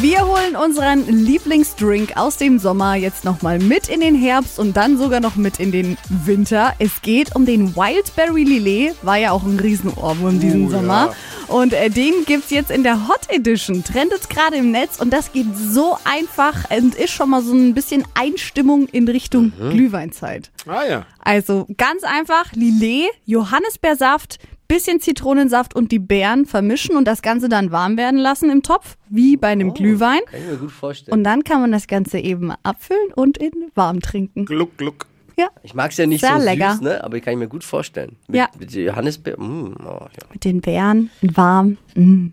Wir holen unseren Lieblingsdrink aus dem Sommer jetzt nochmal mit in den Herbst und dann sogar noch mit in den Winter. Es geht um den Wildberry Lillet, war ja auch ein Riesenohrwurm diesen Sommer. Und äh, den gibt's jetzt in der Hot Edition, trendet gerade im Netz und das geht so einfach und ist schon mal so ein bisschen Einstimmung in Richtung Glühweinzeit. Ah ja. Also ganz einfach Lillet, Johannisbeersaft, bisschen Zitronensaft und die Beeren vermischen und das Ganze dann warm werden lassen im Topf, wie bei Oh, einem Glühwein. Kann ich mir gut vorstellen. Und dann kann man das Ganze eben abfüllen und in warm trinken. Gluck, gluck. Ja, ich mag es ja nicht Sehr so lecker. süß, ne? aber ich kann ich mir gut vorstellen. Mit, Ja. mit Johannisbeer. Mm, oh, ja. mit den Beeren, warm. Mm.